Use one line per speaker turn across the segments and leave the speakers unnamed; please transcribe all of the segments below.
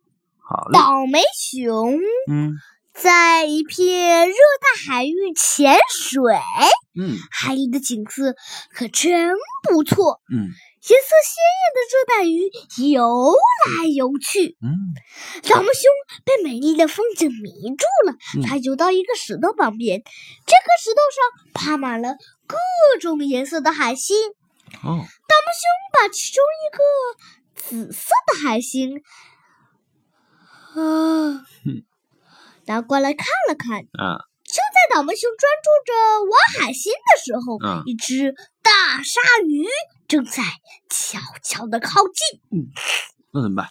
虑。
倒霉熊
嗯
在一片热带海域潜水，
嗯
海里的景色可真不错，
嗯
颜色鲜艳的热带鱼游来游去。
嗯
倒霉熊被美丽的风景迷住了，
嗯
它游到一个石头旁边，这颗石头上爬满了各种颜色的海星。
哦
大木熊把其中一个紫色的海星，啊
哼，
拿过来看了看。
啊
就在倒霉熊专注着挖海星的时候，
啊
一只大鲨鱼正在悄悄地靠近。
那怎么办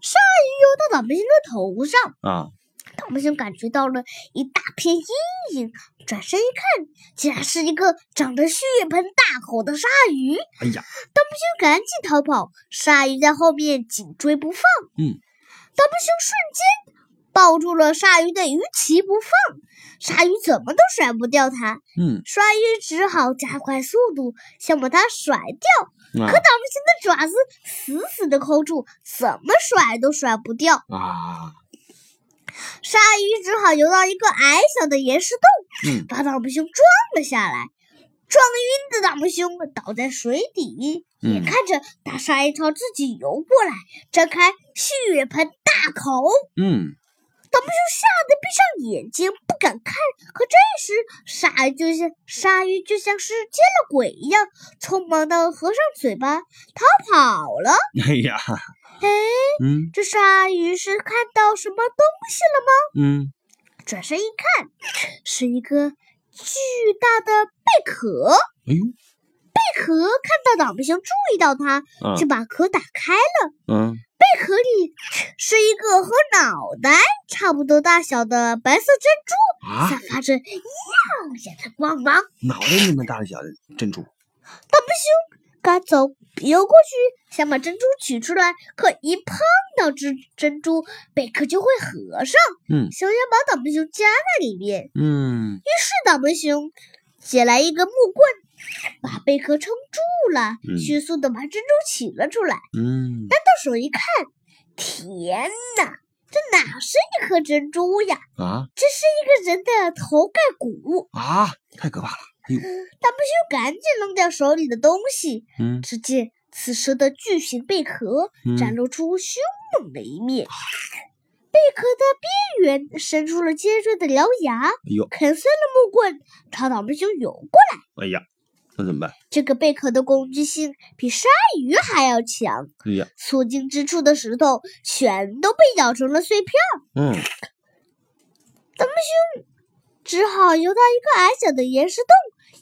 鲨鱼游到倒霉熊的头上，
啊？
倒霉熊感觉到了一大片阴影，转身一看，竟然是一个长着血盆大口的鲨鱼。
哎呀，
大木熊赶紧逃跑，鲨鱼在后面紧追不放。
嗯，
大木熊瞬间抱住了鲨鱼的鱼鳍不放，鲨鱼怎么都甩不掉它，
嗯
鲨鱼只好加快速度想把它甩掉。
啊
可倒木熊的爪子死死的扣住，怎么甩都甩不掉。
啊
鲨鱼只好游到一个矮小的岩石洞，
嗯
把倒霉熊撞了下来。撞晕的倒霉熊倒在水底，
嗯
眼看着大鲨鱼朝自己游过来，张开血盆大口。
嗯
倒霉熊吓得闭上眼睛，不敢看。可这时，鲨鱼就像鲨鱼就像是见了鬼一样，匆忙的合上嘴巴逃跑了。
哎呀，
哎，
嗯
这鲨鱼是看到什么东西了吗？
嗯
转身一看，是一个巨大的贝壳。
哎呦
贝壳看到倒霉熊注意到它，
啊
就把壳打开了。
嗯
贝壳里是一个和脑袋差不多大小的白色珍珠，
啊，
散发着耀眼的光芒。
脑袋那么大的小珍珠，
倒霉熊赶走游过去，想把珍珠取出来，可一碰到珍珍珠，贝壳就会合上，
嗯
想要把倒霉熊夹在里面。
嗯
是倒霉熊捡来一根木棍，把贝壳撑住了，
嗯
迅速的把珍珠取了出来。
嗯
到手一看，天哪，这哪是一颗珍珠呀？
啊
这是一个人的头盖骨。
啊，太可怕了，哎呦，
倒霉熊赶紧扔掉手里的东西，
嗯
只见此时的巨型贝壳
嗯
展露出凶猛的一面，贝壳的边缘伸出了尖锐的獠牙，
哎呦，
啃碎了木棍，朝倒霉熊游过来。
哎呀，那怎么办？
这个贝壳的攻击性比鲨鱼还要强，
哎呀，
所经之处的石头全都被咬成了碎片，
嗯
只好游到一个矮小的岩石洞。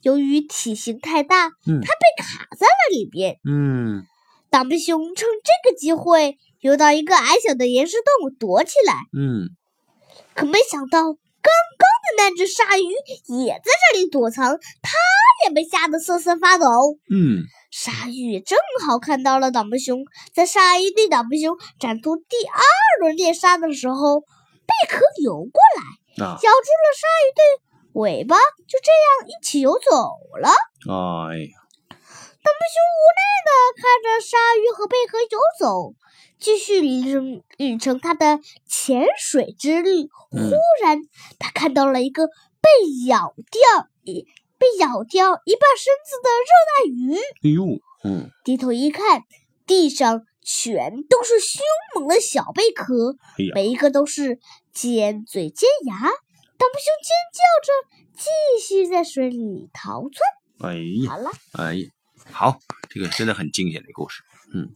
由于体型太大，
嗯
它被卡在了里边。
嗯
倒霉熊趁这个机会游到一个矮小的岩石洞躲起来，
嗯，
可没想到刚刚的那只鲨鱼也在这里躲藏，它也被吓得瑟瑟发抖。
嗯
鲨鱼正好看到了倒霉熊，在鲨鱼对倒霉熊展出第二轮猎杀的时候，贝壳游过来，
啊
咬住了鲨鱼的尾巴，就这样一起游走了。
哎呀，
倒霉熊无奈的看着鲨鱼和贝壳游走，继续旅程旅程它的潜水之旅。
嗯
忽然，他看到了一个被咬掉一被咬掉一半身子的热带鱼。
哎呦，嗯
低头一看，地上全都是凶猛的小贝壳，
哎呀，
每一个都是尖嘴尖牙。大木熊尖叫着，继续在水里逃窜。
哎呀。
好了。
哎，好，这个真的很惊险的故事。嗯，